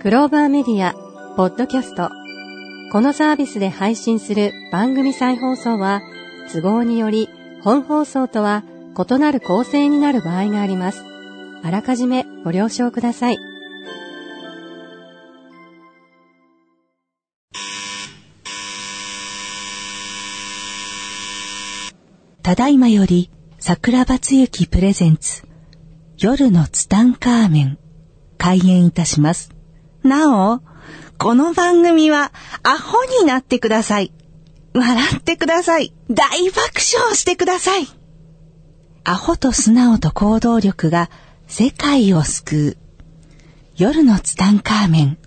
クローバーメディア、ポッドキャスト。このサービスで配信する番組再放送は、都合により本放送とは異なる構成になる場合があります。あらかじめご了承ください。ただいまより、桜庭つゆきプレゼンツ、夜のツタンカーメン、開演いたします。なお、この番組は、アホになってください。笑ってください。大爆笑してください。アホと素直と行動力が世界を救う。夜のツタンカーメン、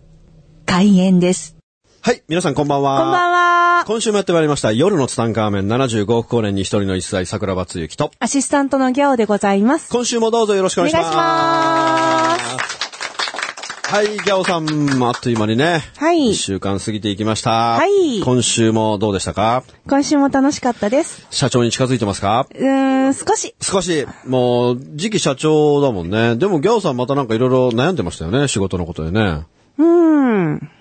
開演です。はい、皆さんこんばんは。こんばんは。今週もやってまいりました、夜のツタンカーメン75億光年に一人の一歳桜庭つゆきと、アシスタントのギャオでございます。今週もどうぞよろしくお願いします。お願いしはい、ギャオさん、あっという間にね、はい一週間過ぎていきました。はい今週もどうでしたか今週も楽しかったです。社長に近づいてますかうーん、少し。少し、もう、次期社長だもんね。でも、ギャオさんまたなんかいろいろ悩んでましたよね、仕事のことでね。うーん。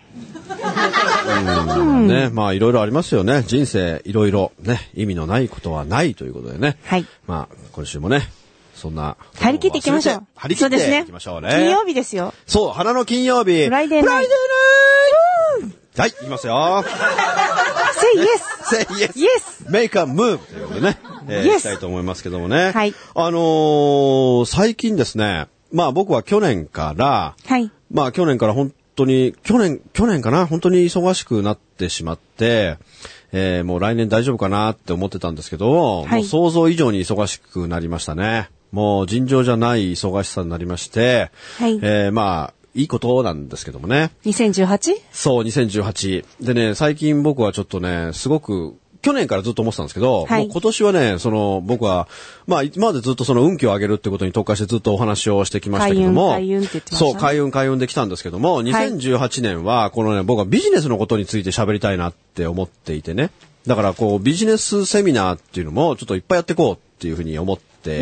ね、まあいろいろありますよね。人生いろいろね、意味のないことはないということでね。はいまあ今週もね、そんな。張り切っていきましょう。張り切っそうですてねいきましょうね。金曜日ですよ。そう、花の金曜日。フライデーナイトはい、いきますよ。 Say yes! Say yes. Yes! Make a move! ということでね、えー Yes したいと思いますけどもね。はいあのー最近ですね、まあ僕は去年から、はい。まあ去年から本当に、去年、去年かな本当に忙しくなってしまって、えーもう来年大丈夫かなって思ってたんですけど、はいもう想像以上に忙しくなりましたね。もう尋常じゃない忙しさになりまして、はいえーまあ、いいことなんですけどもね。 2018? そう、2018。でね、最近僕はちょっとね、すごく、去年からずっと思ってたんですけど、はいもう今年はね、その、僕は、まあ、今までずっとその運気を上げるってことに特化してずっとお話をしてきましたけども、開運開運って言ってましたねそう、開運開運できたんですけども、い2018年は、このね、僕はビジネスのことについて喋りたいなって思っていてね、だからこう、ビジネスセミナーっていうのも、ちょっといっぱいやっていこうっていうふうに思って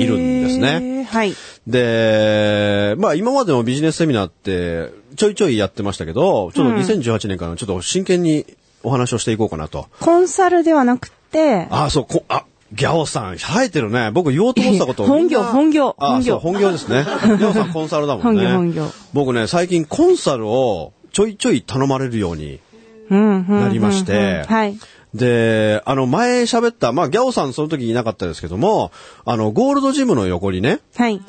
いるんですね。えーはい。で、まあ今までのビジネスセミナーってちょいちょいやってましたけど、ちょっと2018年からちょっと真剣にお話をしていこうかなと。コンサルではなくて、ああ、そう、こ、あ、ギャオさん、生えてるね。僕言おうと思ってたことをみんな本業本業ああ、本業そう、本業で すね。ギャオさんコンサルだもん本ね。業本業僕ね、最近コンサルをちょいちょい頼まれるようにうん、うん。なりましうんて、はい。で、あの、前喋った、まあ、ギャオさんその時いなかったですけども、あの、ゴールドジムの横にね、はい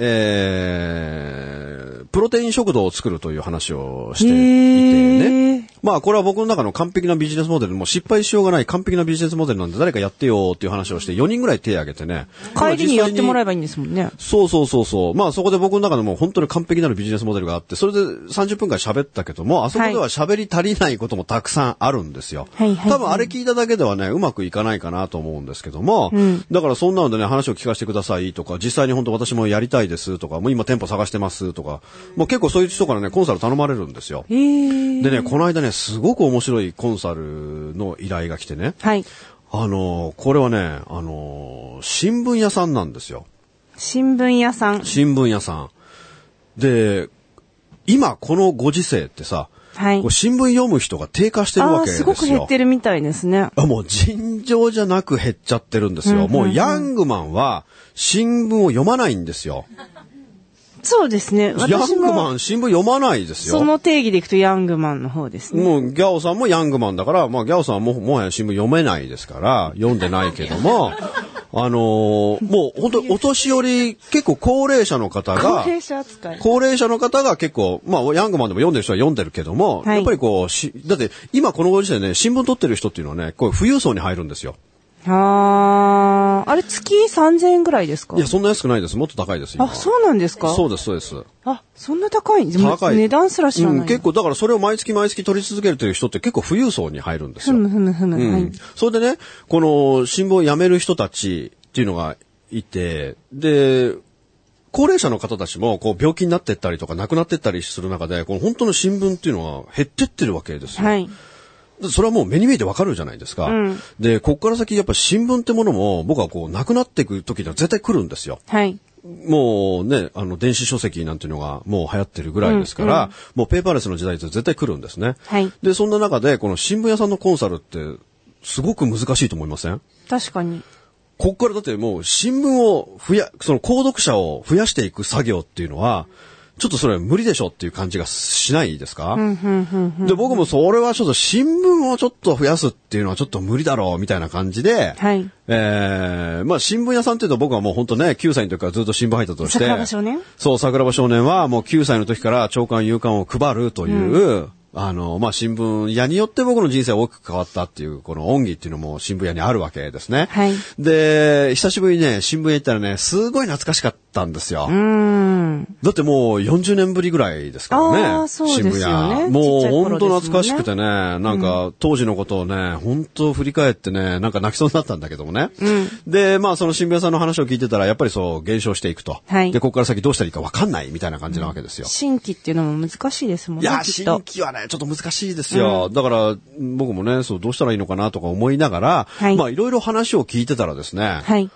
えー、プロテイン食堂を作るという話をしていてね。へーまあ、これは僕の中の完璧なビジネスモデル、もう失敗しようがない完璧なビジネスモデルなんで誰かやってよっていう話をして、4人ぐらい手を挙げてね。帰りにやってもらえばばいいんですもんね。そうそうそうそう。まあそこで僕の中でもう本当に完璧なるビジネスモデルがあって、それで30分間喋ったけども、あそこでは喋り足りないこともたくさんあるんですよ。はいはいはい多分あれ聞いただけではね、うまくいかないかなと思うんですけども、だからそんなのでね、話を聞かせてくださいとか、実際に本当私もやりたいですとか、もう今店舗探してますとか、もう結構そういう人からね、コンサル頼まれるんですよ。えー。でね、この間ね、すごく面白いコンサルの依頼が来てね、はい。あのー、これはね、あのー、新聞屋さんなんですよ。新聞屋さん。新聞屋さん。で、今このご時世ってさ、はいこう。新聞読む人が低下してるあわあ、けですすよ。ごく減ってるみたいですね。あもう尋常じゃなく減っちゃってるんですよ。もうヤングマンは新聞を読まないんですよ。そうですね。ヤン私グマも、ン新聞読まないですよ。その定義でいくとヤングマンの方ですね。もうギャオさんもヤングマンだから、まあギャオさんはもうもはや新聞読めないですから、読んでないけ ども、あのーもう本当にお年寄り、結構高齢者の方が、高齢者扱い。高齢者の方が結構、まあ、ヤングマンでも読んでる人は読んでるけども、はいやっぱりこう、し、だって、今このご時世ね、新聞撮ってる人っていうのはね、こう、富裕層に入るんですよ。あー、あれ月3000円ぐらいですかいや、そんな安くないです。もっと高いです、今あ、そうなんですかそうです、そうです。あ、そんな高いんです高い。値段すら知らない。うん、結構、だからそれを毎月毎月取り続けるという人って結構富裕層に入るんですふよ。むふむふむ。はういん。それでね、この新聞を辞める人たちっていうのがいて、で、高齢者の方たちもこう病気になってったりとか亡くなってったりする中で、この本当の新聞っていうのは減ってってるわけですよ。はい。でそれはもう目に見えてわかるじゃないですか。うんで、こっから先やっぱ新聞ってものも僕はこうなくなっていく時には絶対来るんですよ。はい。もうね、あの、電子書籍なんていうのがもう流行ってるぐらいですから、もうペーパーレスの時代って絶対来るんですね。はいで、そんな中で、この新聞屋さんのコンサルって、すごく難しいと思いません確かに。ここからだってもう新聞を増や、その購読者を増やしていく作業っていうのは、ちょっとそれは無理でしょっていう感じがしないですか、で、僕もそれはちょっと新聞をちょっと増やすっていうのはちょっと無理だろうみたいな感じで、はいえー、まあ新聞屋さんっていうと僕はもう本当ね、9歳の時からずっと新聞配達をして、桜庭少年そう、桜庭少年はもう9歳の時から長官夕刊を配るという、あの、まあ、新聞屋によって僕の人生は大きく変わったっていう、この恩義っていうのも新聞屋にあるわけですね。はいで、久しぶりにね、新聞屋行ったらね、すごい懐かしかったんですよ。うーん。だってもう40年ぶりぐらいですかあらーね。そうですよね新聞屋もちっちゃいう本当頃ですもんね懐かしくてね、なんか当時のことをね、本当振り返ってね、なんか泣きそうになったんだけどもね。で、まあその新聞屋さんの話を聞いてたら、やっぱりそう減少していくと。はいで、ここから先どうしたらいいかわかんないみたいな感じなわけですよ。新規っていうのも難しいですもんいねや、、き新っと。規はね、ちょっと難しいですよ。だから、僕もね、そう、どうしたらいいのかなとか思いながら、はいまあ、いろいろ話を聞いてたらですね、はい。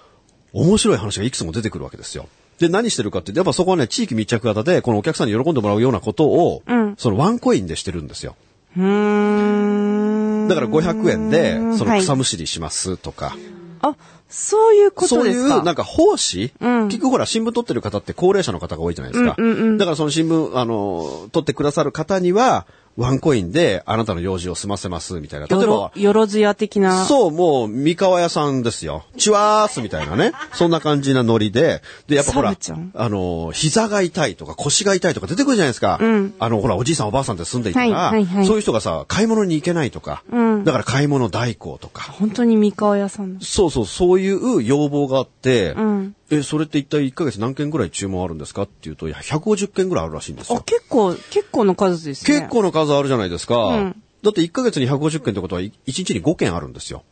面白い話がいくつも出てくるわけですよ。で、何してるかって、やっぱそこはね、地域密着型で、このお客さんに喜んでもらうようなことを、んそのワンコインでしてるんですよ。うーん。だから500円で、その草はい、むしりしますとか、あ、そういうことそうでいすうか。なんか奉仕、うん結局ほら、新聞取ってる方って高齢者の方が多いじゃないですか。うんうんうんだからその新聞、あの、取ってくださる方には、ワンコインであなたの用事を済ませますみたいな。例えよばろ、、よろずや的な。そう、もう、三河屋さんですよ。チュワースみたいなね。そんな感じなノリで。で、やっぱほサらブちゃん、あの、膝が痛いとか腰が痛いとか出てくるじゃないですか。んあの、ほら、おじいさんおばあさんって住んでいたら、はいはいはいそういう人がさ、買い物に行けないとか、うんだから買い物代行とか。本当に三河屋さんの。そうそう、そういう要望があって、んえ、それって一体1ヶ月何件ぐらい注文あるんですかっていうと、いや150件ぐらいあるらしいんですあ、よ。結構、結構の数ですね。結。構な数あるじゃないですか。うんだって1ヶ月に150件ってことは、1日に5件あるんですよ。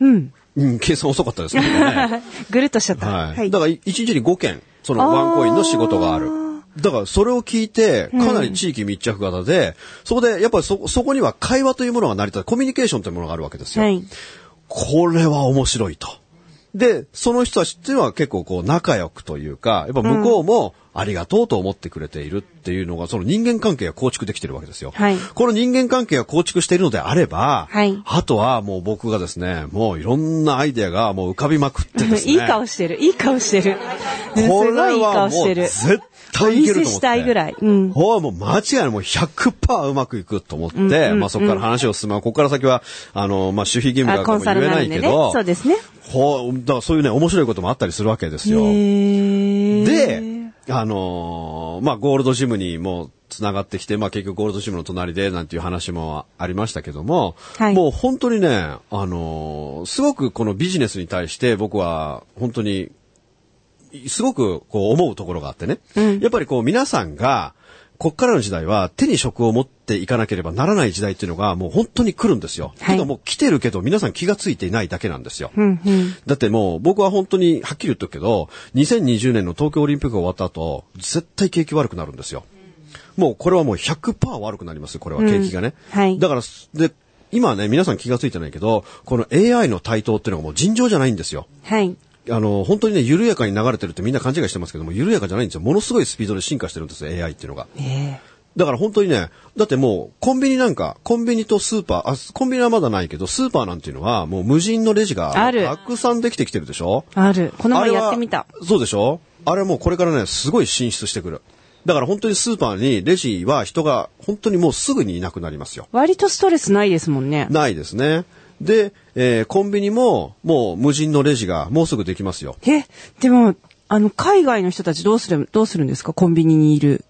うん。うん、計算遅かったですけど ね。ぐるっとしちゃった。はい。はい。だから、1日に5件、そのワンコインの仕事があるあ。だから、それを聞いて、かなり地域密着型で、そこで、やっぱりそ、そこには会話というものが成り立つ、コミュニケーションというものがあるわけですよ。はい。これは面白いと。で、その人たちっていうのは結構こう仲良くというか、やっぱ向こうもありがとうと思ってくれているっていうのが、その人間関係が構築できてるわけですよ。はいこの人間関係が構築しているのであれば、はいあとはもう僕がですね、もういろんなアイデアがもう浮かびまくってですね。 いい顔してる。いい顔してる。すこごれいいいは顔しもてうる。絶対いけると思って。お見せしたいぐらいうんほらもう間違いない。もう100%うまくいくと思って、まあそこから話を進め、ここから先は、あの、まあ守秘義務あ、だかコらンもサ言ルえななんいでけね。ど、そうですね。ほう、だからそういうね、面白いこともあったりするわけですよ。へーで、あのーまあ、ゴールドジムにも繋がってきて、まあ、結局ゴールドジムの隣でなんていう話もありましたけども、はいもう本当にね、あのーすごくこのビジネスに対して僕は本当に、すごくこう思うところがあってね、やっぱりこう皆さんが、こっからの時代は手に職を持っていかなければならない時代っていうのがもう本当に来るんですよ。はいてかもう来てるけど皆さん気がついていないだけなんですよ。うんうん。だってもう僕は本当にはっきり言っとくけど、2020年の東京オリンピックが終わった後、絶対景気悪くなるんですよ。もうこれはもう100%悪くなりますよ、これは景気がね。うんはいだから、で、今ね、皆さん気がついてないけど、この AI の台頭っていうのがもう尋常じゃないんですよ。はい。あの、本当にね、緩やかに流れてるってみんな勘違いしてますけども、緩やかじゃないんですよ。ものすごいスピードで進化してるんですよ、AI っていうのが。えだから本当にね、だってもう、コンビニなんか、コンビニとスーパー、あ、コンビニはまだないけど、スーパーなんていうのは、もう無人のレジが、あるたくさんできてきてるでしょえある。この前やってみたあ。れはそうでしょあれはもうこれからね、すごい進出してくる。だから本当にスーパーに、レジは人が、本当にもうすぐにいなくなりますよ。割とストレスないですもんね。ないですね。で、えーコンビニも、もう無人のレジが、もうすぐできますよ。え、でも、あの、海外の人たちどうする、どうするんですかコンビニにいる。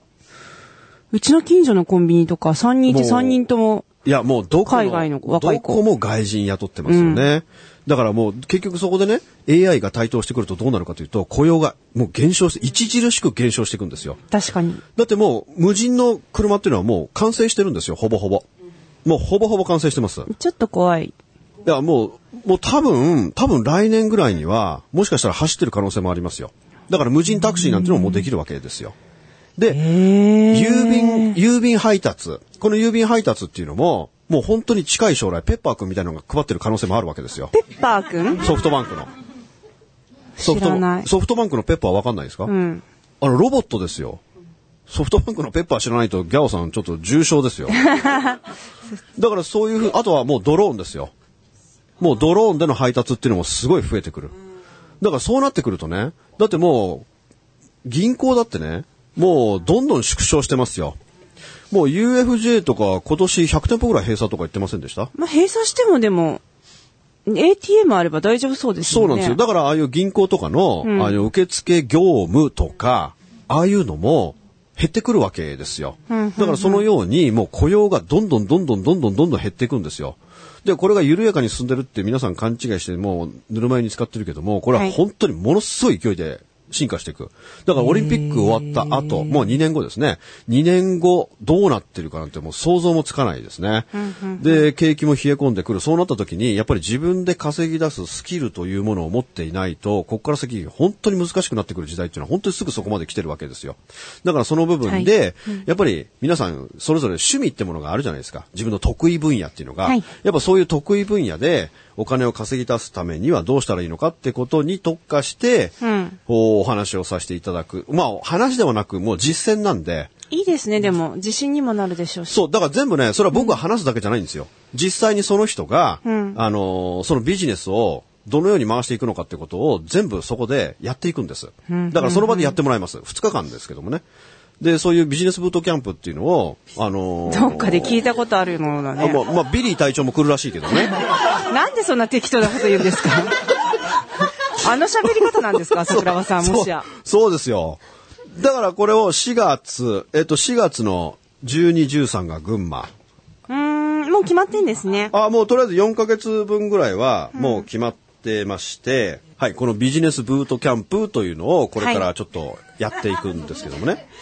うちの近所のコンビニとか3人いてもう3人とも、いや、もうどこ海外のも、若いど子こも外人雇ってますよね。だからもう結局そこでね、AI が台頭してくるとどうなるかというと、雇用がもう減少して、著しく減少していくんですよ。確かに。だってもう無人の車っていうのはもう完成してるんですよ、ほぼほぼ。もうほぼほぼ完成してます。いちょっと怖い。や、もう、もう多分、多分来年ぐらいには、もしかしたら走ってる可能性もありますよ。だから無人タクシーなんていうのももうできるわけですよ。で、ええ郵便、郵便配達。この郵便配達っていうのも、もう本当に近い将来、ペッパーくんみたいなのが配ってる可能性もあるわけですよ。ペッパーくんソフトバンクの。ソフト知らないソフトバンクのペッパーわかんないですか、うん。あの、ロボットですよ。ソフトバンクのペッパー知らないと、ギャオさんちょっと重症 ですよ。だからそういうふう、あとはもうドローンですよ。もうドローンでの配達っていうのもすごい増えてくる。だからそうなってくるとね、だってもう、銀行だってね、もうどんどん縮小してますよ。もう UFJ とか今年100店舗ぐらい閉鎖とか言ってませんでしたまあ、閉鎖してもでも、ATM あれば大丈夫そうですそよね。うなんですよ。だから、ああいう銀行とかの、んああいう受付業務とか、ああいうのも減ってくるわけですよ。んだからそのように、もう雇用がどんどんどんどんどんどんどんどん減っていくんですよ。で、これが緩やかに進んでるって皆さん勘違いして、もうぬるま湯に使ってるけども、これははい本当にものすごい勢いで進化していく。だからオリンピック終わった後、もう2年後ですね。2年後どうなってるかなんてもう想像もつかないですね。で、景気も冷え込んでくる。そうなった時に、やっぱり自分で稼ぎ出すスキルというものを持っていないと、ここから先本当に難しくなってくる時代っていうのは本当にすぐそこまで来てるわけですよ。だからその部分で、やっぱり皆さんそれぞれ趣味ってものがあるじゃないですか。自分の得意分野っていうのが。はいやっぱそういう得意分野でお金を稼ぎ出すためにはどうしたらいいのかってことに特化して、うんこうお話をさせていただく。まあ話ではなくもう実践なんで、いいですね、でも。自信にもなるでしょうし。そう、だから全部ね、それは僕が話すだけじゃないんですよ。実際にその人が、うんあのーそのビジネスをどのように回していくのかってことを全部そこでやっていくんです。だからその場でやってもらいます。2日間ですけどもね。で、そういうビジネスブートキャンプっていうのを、あのーどっかで聞いたことあるのだあまね。あ、まあ、ビリー隊長も来るらしいけどね。なんでそんな適当なこと言う んですかあの喋り方なんですか桜庭さん、 もしや。そう。そうですよ。だからこれを4月、えっと4月の12、13が群馬。うーん、もう決まってんですね。あ、もうとりあえず4ヶ月分ぐらいはもう決まってまして、はい、このビジネスブートキャンプというのをこれからちょっとやっていくんですけどもね。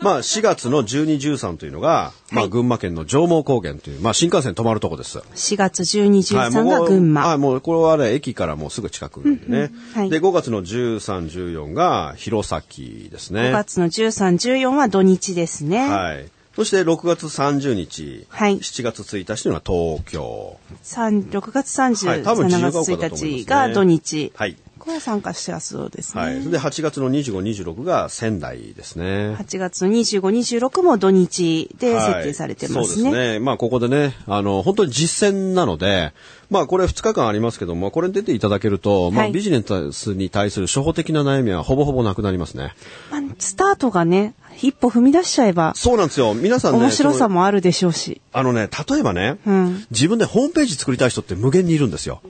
まあ4月の12、13というのが、まあ群馬県の上毛高原という、まあ新幹線止まるとこです。 4月12、13はいがもうは群馬。い、もうこれはね、駅からもうすぐ近くなんでね。はいで、5月の13、14が弘前ですね。 5月の13、14は土日ですね。はい。そして6月30日、はい7月1日というのは東京。三6月30、はい多分7月自由が丘だと思います1ね日が土日。はい。これは参加しやすそうですね。はい。で、8月の25、26が仙台ですね。 8月25、26も土日ではい設定されてますそうね。ですね。まあ、ここでね、あの、本当に実践なので、まあ、これ2日間ありますけども、これに出ていただけると、まはあ、いビジネスに対する初歩的な悩みはほぼほぼなくなりますね。まあスタートがね、一歩踏み出しちゃえば、そうなんですよ。皆さんね、面白そさのもあるでしょうし。あのね、例えばね、うん自分でホームページ作りたい人って無限にいるんですよ。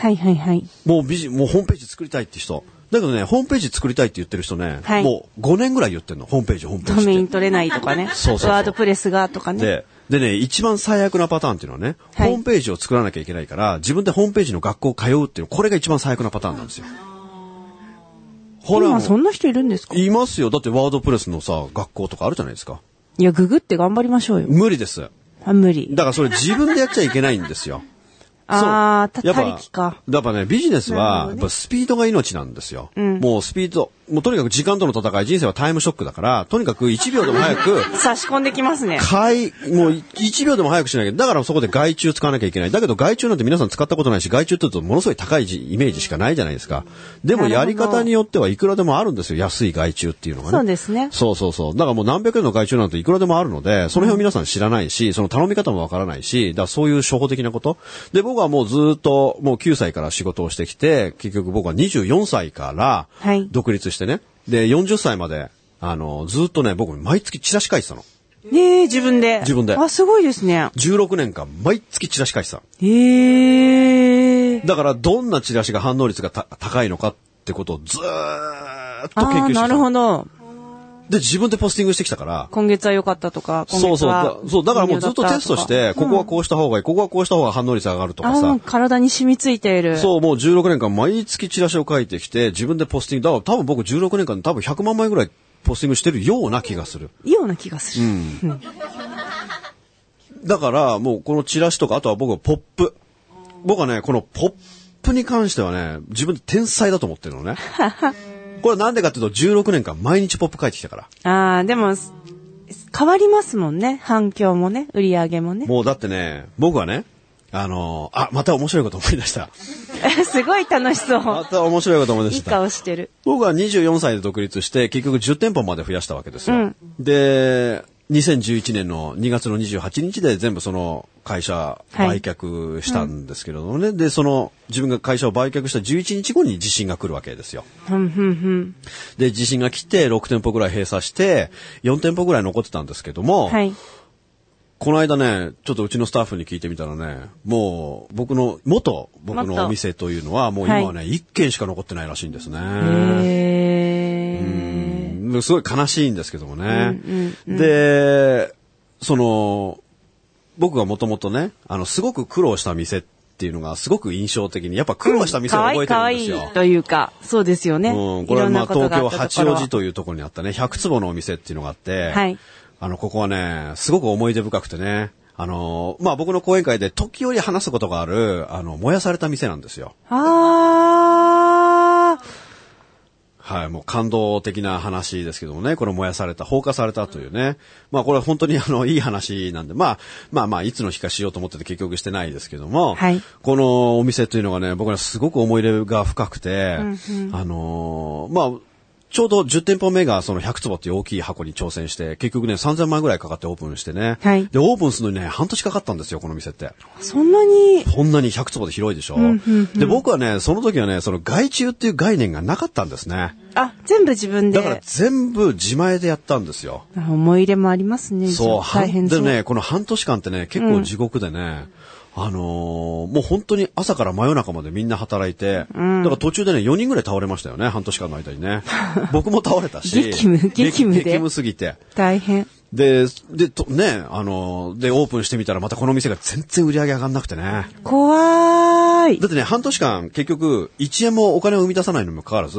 はいはいはい。もうビジ、もうホームページ作りたいって人。だけどね、ホームページ作りたいって言ってる人ね、はいもう5年ぐらい言ってんの、ホームページ、ホームペドージって。メイン取れないとかね。そうそうそうワードプレスがとかね。で、でね、一番最悪なパターンっていうのはね、はいホームページを作らなきゃいけないから、自分でホームページの学校通うっていう、これが一番最悪なパターンなんですよ。ほら、今そんな人いるんですかいいますよ。だってワードプレスのさ、学校とかあるじゃないですか。や、ググって頑張りましょうよ。無理です。あ、無理。だからそれ自分でやっちゃいけないんですよ。 あー、そうた、たりきか。やっぱね、ビジネスなるは、ほどやねっぱスピードが命なんですよ。んもうスピード、もうとにかく時間との戦い、人生はタイムショックだから、とにかく1秒でも早く、差し込んできますね。買い、もう1秒でも早くしなきゃ。だからそこで外注使わなきゃいけない。だけど外注なんて皆さん使ったことないし、外注って言うとものすごい高いじイメージしかないじゃないですか。でもなるほやどり方によってはいくらでもあるんですよ。安い外注っていうのがね。そうですねそうそうそう。だからもう何百円の外注なんていくらでもあるので、その辺を皆さん知らないし、その頼み方もわからないし、だからそういう初歩的なこと。で、僕はもうずーっと、もう9歳から仕事をしてきて、結局僕は24歳からはい、独立してね。で、40歳まで、あの、ずーっとね、僕毎月チラシ書いてたの。ねえ、自分で。自分であ、すごいですね。 16年間毎月チラシ返してた。へえ。だからどんなチラシが反応率がた高いのかってことをずーっと研あ究してーきなた。るほど。で、自分でポスティングしてきたから、今月は良かったとか、今そう月そうはだ、そう、だからもうずっとテストして、ここはここうした方がいい、ここはこうした方が反応率が上がるとうかん、あーもうさ。体に染みついている。そう、もう16年間毎月チラシを書いてきて、自分でポスティング、だから多分僕16年間で多分100万枚ぐらいポスティングしてるような気がする。いいような気がする。だから、もうこのチラシとか、あとは僕はポップ。僕はね、このポップに関してはね、自分で天才だと思ってるのね。これなんでかっていうと、16年間毎日ポップ書いてきたから。ああ、でも、す変わりますもんね。反響もね、売り上げもね。もうだってね、僕はね、あの、あ、また面白いこと思い出 した。えすごい楽しそまう。た面白いこと思い出しいいた。顔してる。僕は24歳で独立して、結局10店舗まで増やしたわけですよ。うんで、2011年の2月の28日で全部その会社は売い却したんですけれどもね、で、その自分が会社を売却した11日後に地震が来るわけですよ。ふんふんふん。で、地震が来て6店舗ぐらい閉鎖して、4店舗ぐらい残ってたんですけども、はい。この間ね、ちょっとうちのスタッフに聞いてみたらね、もう僕の、元僕の元お店というのはもう今はね、は1軒しか残ってないらしいんですね。へー。うんすごい悲しいんですけどもね。で、その、僕がもともとね、あの、すごく苦労した店っていうのがすごく印象的に、やっぱ苦労した店をかわい覚いえてかるわんでいすいよ。というか、そうですよね。うん、これはまあいろん東なことが京った八王子とこというところにあったね、100坪のお店っていうのがあって、はいあの、ここはね、すごく思い出深くてね、あの、まあ僕の講演会で時折話すことがある、あの、燃やされた店なんですよ。ろあー。はい、もう感動的な話ですけどもね、これ燃やされた、放火されたというね。まあこれは本当にあの、いい話なんで、まあ、まあまあ、いつの日かしようと思ってて結局してないですけども、はいこのお店というのがね、僕らすごく思い入れが深くて、あのーまあ、ちょうど10店舗目がその100坪っていう大きい箱に挑戦して、結局ね、3000万円ぐらいかかってオープンしてね。はいで、オープンするのにね、半年かかったんですよ、この店って。そんなに、こんなに100坪で広いでしょ。で、僕はね、その時はね、その外注っていう概念がなかったんですね。あ、全部自分で。だから全部自前でやったんですよ。あ思い入れもありますね。じそゃう、あ大変そ半う。でね、この半年間ってね、結構地獄でね、あのーもう本当に朝から真夜中までみんな働いて、だから途中でね、4人ぐらい倒れましたよね、半年間の間に ね。僕も倒れたし。激務激務で激務すぎて。大変。で、で、とね、あのーで、オープンしてみたらまたこの店が全然売り上げ上がんなくてね。怖ーいだ。ってね、半年間、結局、1円もお金を生み出さないにもかかわらず、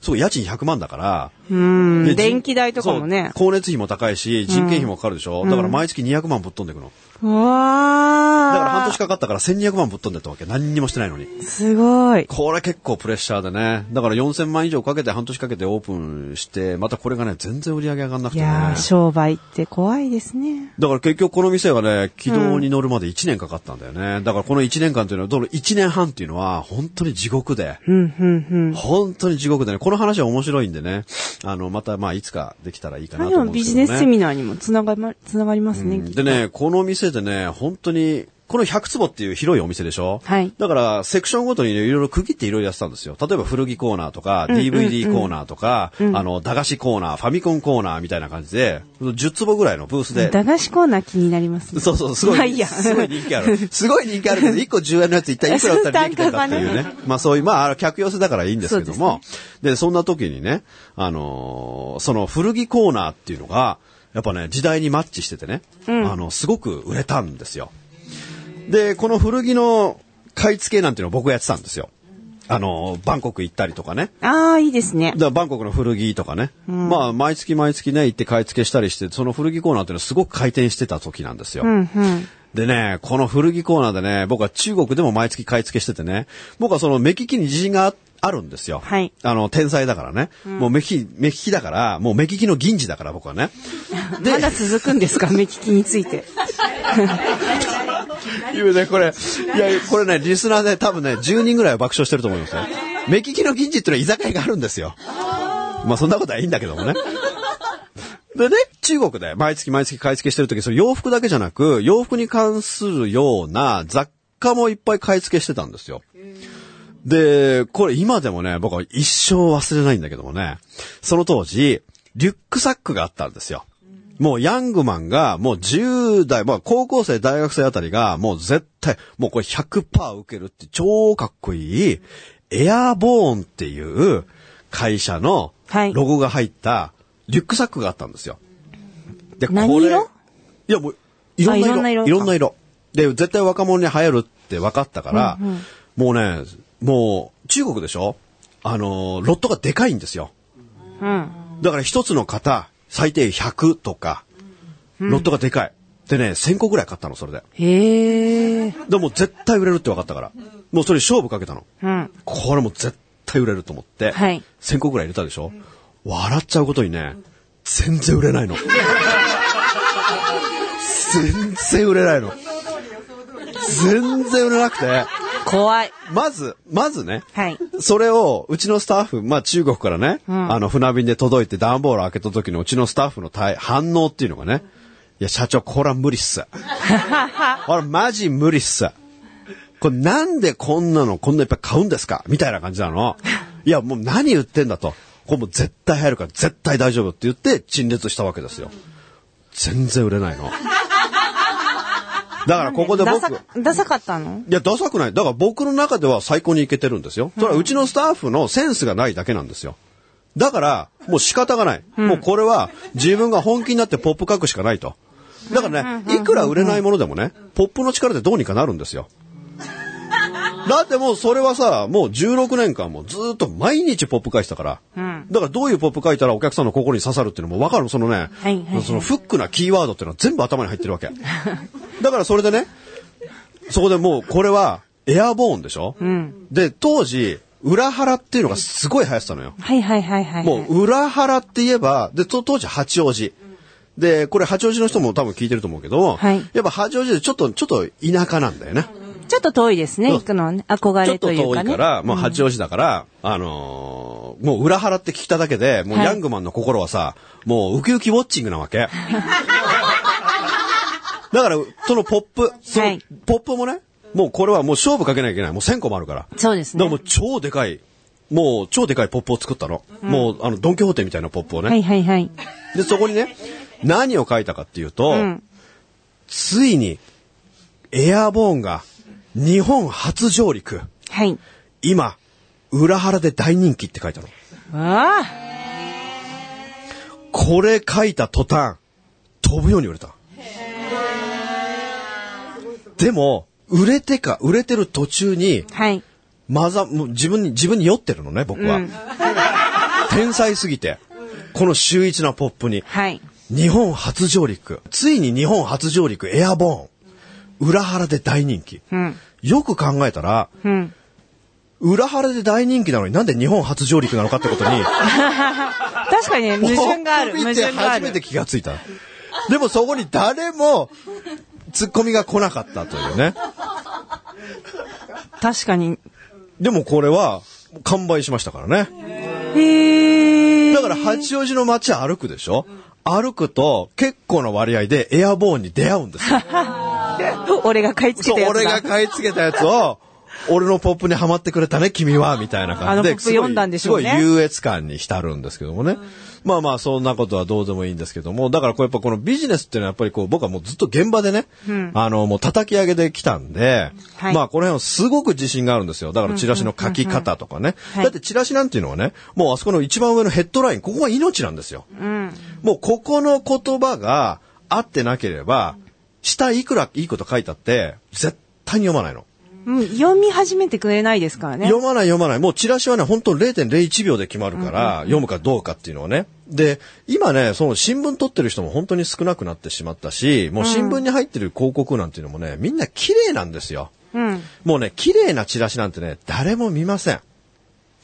そう、家賃100万だから、うんで電気代とかもねそう光熱費も高いし、人件費もかかるでしょ、だから毎月200万ぶっ飛んでいくの。うわー。だから半年かかったから1200万ぶっ飛んでったわけ。何にもしてないのに。すごい。これ結構プレッシャーでね。だから4000万以上かけて半年かけてオープンして、またこれがね、全然売り上げ上がんなくいてね。やー、商売って怖いですね。だから結局この店がね、軌道に乗るまで1年かかったんだよね。だからこの1年間というのは、どの1年半っていうのは、本当に地獄で。うん、うん、うん。本当に地獄でね、この話は面白いんでね、あの、また、まあ、いつかできたらいいかなでと思うんもでビすジけネどスね。セミナーにもつながりま、つながりますね。きっとで。ね、この店でね、本当に、この100坪っていう広いお店でしょはいだから、セクションごとにねいろいろ区切っていろいろやってたんですよ。例えば古着コーナーとか、DVD コーナーとか、あの、駄菓子コーナー、ファミコンコーナーみたいな感じで、10坪ぐらいのブースで。駄菓子コーナー気になりますね。そうそう、すごまあいい、いやすごい人気ある。 すごい人気あるけど、1個10円のやつ一体いくら売ったらできたかっていうそうね 単。まあそういう、まああの客寄せだからいいんですけどそうも。でそんな時にね、あのーその古着コーナーっていうのが、やっぱね、時代にマッチしててね、あの、すごく売れたんですよ。で、この古着の買い付けなんていうのを僕がやってたんですよ。あのー、バンコク行ったりとかね。ああ、いいですねだか。らバンコクの古着とかね。まあ、毎月毎月ね、行って買い付けしたりして、その古着コーナーっていうのはすごく回転してた時なんですよ。うん、うん。でね、この古着コーナーでね、僕は中国でも毎月買い付けしててね、僕はその目利きに自信がああるんですよ。はいあの、天才だからね。もう目利き、目利きだから、もう目利きの銀次だから僕はね。まだ続くんですか目利きにつ いて。いうね、これ、いや、これね、リスナーで多分ね、10人ぐらいは爆笑してると思いますよ。目利きの銀次っていうのは居酒屋があるんですよ。まあそんなことはいいんだけどもね。でね、中国で毎月毎月買い付けしてるとき、その洋服だけじゃなく、洋服に関するような雑貨もいっぱい買い付けしてたんですよ。で、これ今でもね、僕は一生忘れないんだけどもね、その当時、リュックサックがあったんですよ。もうヤングマンがもう10代、まあ高校生、大学生あたりがもう絶対、もうこれ100%受けるって超かっこいい、エアボーンっていう会社のはいロゴが入ったリュックサックがあったんですよ。で、何これ色いや、もう、いろんな色。いろんなあいろんな色色かで、絶対若者に流行るって分かったから、もうね、もう、中国でしょあのー、ロットがでかいんですよ。うん。だから一つの型、最低100とか、ロットがでかい。でね、1000個ぐらい買ったの、それで。へえ。でもう絶対売れるって分かったから。もうそれ勝負かけたの。うん。これもう絶対売れると思って、はい1000個ぐらい入れたでしょ笑っちゃうことにね、全然売れないの。全然売れないの。全然売れなくて。怖い。まず、まずね。はいそれを、うちのスタッフ、まあ中国からね、あの船便で届いて段ボール開けた時のうちのスタッフの対反応っていうのがね、いや、社長、これは無理っ す。これマジ無理っす。これなんでこんなの、こんないっぱい買うんですかみたいな感じなの。いや、もう何言ってんだと。これもう絶対入るから絶対大丈夫って言って陳列したわけですよ。全然売れないの。だからここでダ僕サ、、ダサかったのいや、ダサくない。だから僕の中では最高にいけてるんですよ。それはうちのスタッフのセンスがないだけなんですよ。だから、もう仕方がない。もうこれは自分が本気になってポップ書くしかないと。だからね、いくら売れないものでもね、ポップの力でどうにかなるんですよ。だってもうそれはさ、もう16年間もうずーっと毎日ポップ書いてたから。だからどういうポップ書いたらお客さんの心に刺さるっていうのもわかるのそのね、はいはいそのフックなキーワードっていうのは全部頭に入ってるわけ。 だからそれでね、そこでもう、これは、エアボーンでしょ、で、当時、裏腹っていうのがすごい流行ってたのよ。はいはいはいは い。もう、裏腹って言えば、で、と当時、八王子。で、これ、八王子の人も多分聞いてると思うけど、はいやっぱ八王子でちょっと、ちょっと田舎なんだよね。ちょっと遠いですね、そう行くのはね。憧ちょっれとと遠いうかね。いから、もう八王子だから、あのーもう裏腹って聞いただけで、もうはいヤングマンの心はさ、もうウキウキウォッチングなわけ。 だから、そのポップ、そはのいポップもね、もうこれはもう勝負かけなきゃいけない。もう1000個もあるから。そうですだからねもう超でかい、もう超でかいポップを作ったの。もう、あの、ドンキホーテみたいなポップをね。はいはいはい。で、そこにね、何を書いたかっていうと、うん。ついに、エアボーンが日本初上陸。はい。今、裏腹で大人気って書いたの。わあこれ書いた途端、飛ぶように売れた。でも、売れてか、売れてる途中に、はい。まざ、もう自分に、自分に酔ってるのね、僕は。うん天才すぎて。この秀逸なポップに。はい。日本初上陸。ついに日本初上陸、エアボーン。裏腹で大人気。うん。よく考えたら、うん。裏腹で大人気なのになんで日本初上陸なのかってことに、確かにね、 矛盾がある。ポップ矛見て盾があ初めるて。気がついた。でもそこに誰も、ツッコミが来なかったというね。確かに。でもこれは、完売しましたからね。へえ。だから八王子の街歩くでしょ歩くと、結構な割合でエアボーンに出会うんですよ。俺が買い 付そけうた、やつ俺だ。が買い付けたやつを、俺のポップにハマってくれたね、君は、みたいな感じで。あのポップ読んだんでしょうねすごい優越感に浸るんですけどもね。まあまあ、そんなことはどうでもいいんですけども、だからこうやっぱこのビジネスっていうのはやっぱりこう、僕はもうずっと現場でね、あの、もう叩き上げできたんで、はいまあこの辺はすごく自信があるんですよ。だからチラシの書き方とかね。はいだってチラシなんていうのはね、もうあそこの一番上のヘッドライン、ここが命なんですよ。うん。もうここの言葉が合ってなければ、下いくらいいこと書いたって、絶対に読まないの。うん、読み始めてくれないですからね。読まない読まない。もうチラシはね、本当に0.01秒で決まるから、読むかどうかっていうのはね。で、今ね、その新聞取ってる人も本当に少なくなってしまったし、もう新聞に入ってる広告なんていうのもね、みんな綺麗なんですよ。うん。もうね、綺麗なチラシなんてね、誰も見ません。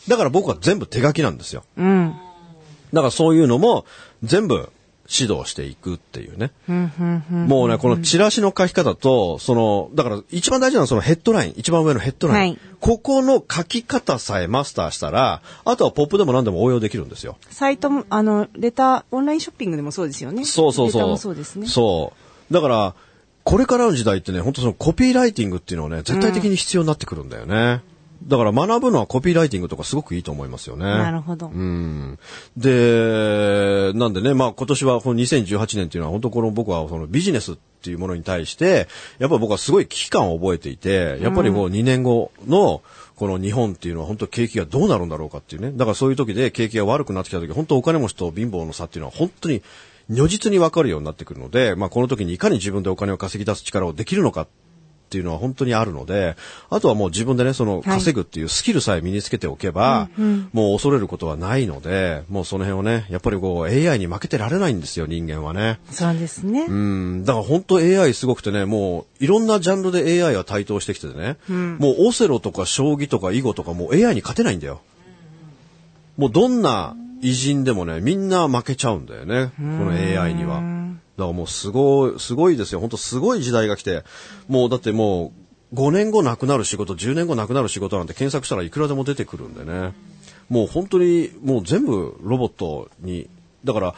だから僕は全部手書きなんですよ。うん。だからそういうのも全部指導していくっていうね。もうね、このチラシの書き方と、その、だから一番大事なのはそのヘッドライン、一番上のヘッドライン。はいここの書き方さえマスターしたら、あとはポップでも何でも応用できるんですよ。サイトも、あの、レター、オンラインショッピングでもそうですよね。そうそうレターそもう。そうですね。そうだから、これからの時代ってね、本当そのコピーライティングっていうのはね、絶対的に必要になってくるんだよね。だから学ぶのはコピーライティングとかすごくいいと思いますよね。なるほど。うんで、なんでね、まあ今年はこの2018年っていうのは本当この僕はそのビジネスっていうものに対して、やっぱり僕はすごい危機感を覚えていて、やっぱりもう2年後のこの日本っていうのは本当景気がどうなるんだろうかっていうね。だからそういう時で景気が悪くなってきた時、本当お金持ちと貧乏の差っていうのは本当に如実にわかるようになってくるので、まあこの時にいかに自分でお金を稼ぎ出す力をできるのかっていうのは本当にあるので、あとはもう自分でね、その稼ぐっていうスキルさえ身につけておけば、もう恐れることはないので、もうその辺をね、やっぱりこう AI に負けてられないんですよ、人間はね。そうですね。うん、だから本当 AI すごくてね、もういろんなジャンルで AI は台頭してきててね、もうオセロとか将棋とか囲碁とかもう AI に勝てないんだよ。もうどんな偉人でもね、みんな負けちゃうんだよね、この AI には。だからもうすごい、すごいですよ。本当すごい時代が来て、もうだってもう、 5年後なくなる仕事、10年後なくなる仕事なんて検索したらいくらでも出てくるんでね。もう本当に、もう全部ロボットに、だから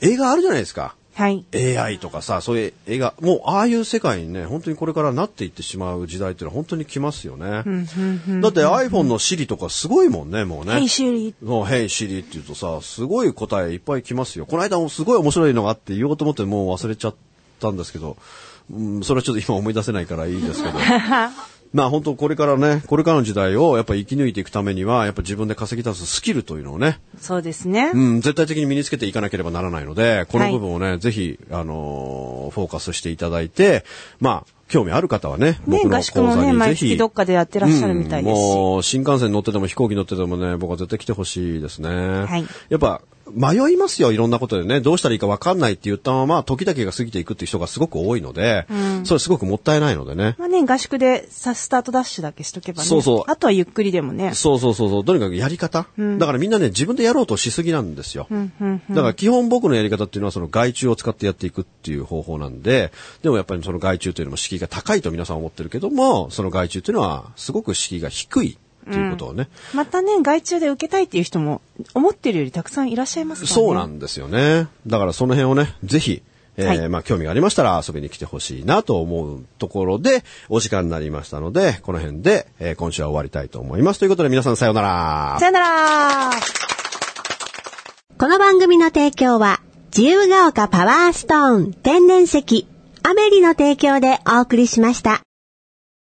映画あるじゃないですか。はい。 AI とかさ、そういう映画、もうああいう世界にね、本当にこれからなっていってしまう時代っていうのは本当に来ますよね。だって iPhone の Siri とかすごいもんね、もうね。はい、修理。もう、ヘイシリって言うとさ、すごい答えいっぱい来ますよ。この間もすごい面白いのがあって言おうと思ってもう忘れちゃったんですけど、うん、それはちょっと今思い出せないからいいです けど。まあ本当これからね、これからの時代をやっぱ生き抜いていくためには、やっぱ自分で稼ぎ出すスキルというのをね、そうですね。うん、絶対的に身につけていかなければならないので、この部分をね、ぜひ、あのーフォーカスしていただいて、まあ、興味ある方はね、ね僕の合宿も講ね座にぜ毎ひ、月どっかでやってらっしゃるみたいですうしんもう、新幹線乗ってても飛行機乗っててもね、僕は絶対来てほしいですね。いやっぱ、迷いますよ、いろんなことでね。どうしたらいいか分かんないって言ったまま、時だけが過ぎていくっていう人がすごく多いので、それすごくもったいないのでね。まあね、合宿でさ、スタートダッシュだけしとけばね。そうそうあとはゆっくりでもね。そうそうそうそう。とにかくやり方、だからみんなね、自分でやろうとしすぎなんですよ。だから基本僕のやり方っていうのはその外注を使ってやっていくっていう方法なんで、でもやっぱりその外注というのも敷居が高いと皆さん思ってるけども、その外注というのはすごく敷居が低いっていうことをね、またね、外注で受けたいっていう人も、思ってるよりたくさんいらっしゃいますからね。そうなんですよね。だからその辺をね、ぜひ、えーはいまあ興味がありましたら遊びに来てほしいなと思うところで、お時間になりましたので、この辺で、えー今週は終わりたいと思います。ということで皆さんさようならさ。よならこの番組の提供は、自由が丘パワーストーン天然石、アメリの提供でお送りしました。